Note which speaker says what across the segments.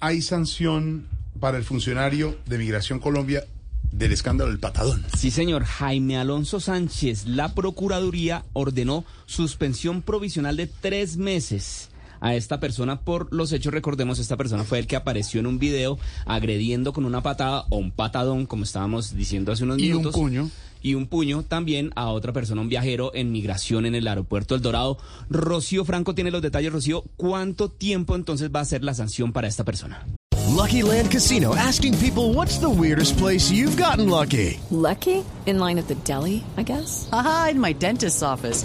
Speaker 1: Hay sanción para el funcionario de Migración Colombia del escándalo del patadón.
Speaker 2: Sí, señor. Jaime Alonso Sánchez, la Procuraduría ordenó suspensión provisional de tres meses a esta persona por los hechos. Recordemos, esta persona fue el que apareció en un video agrediendo con una patada o un patadón, como estábamos diciendo hace unos
Speaker 1: Y un
Speaker 2: minutos.
Speaker 1: puño.
Speaker 2: Y un puño también a otra persona, un viajero en migración en el aeropuerto El Dorado. Rocío Franco tiene los detalles. Rocío, ¿cuánto tiempo entonces va a ser la sanción para esta persona?
Speaker 3: Lucky Land Casino asking people what's the weirdest place you've gotten lucky?
Speaker 4: Lucky? In line at the deli, I guess?
Speaker 5: Aha, in my dentist's office.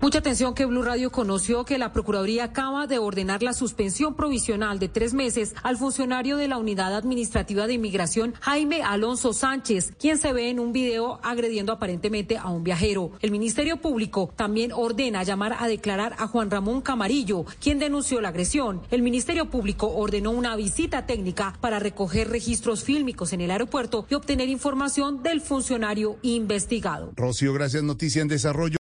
Speaker 6: Mucha atención que Blue Radio conoció que la Procuraduría acaba de ordenar la suspensión provisional de tres meses al funcionario de la Unidad Administrativa de Inmigración, Jaime Alonso Sánchez, quien se ve en un video agrediendo aparentemente a un viajero. El Ministerio Público también ordena llamar a declarar a Juan Ramón Camarillo, quien denunció la agresión. El Ministerio Público ordenó una visita técnica para recoger registros fílmicos en el aeropuerto y obtener información del funcionario investigado.
Speaker 1: Rocío, gracias. Noticia en desarrollo.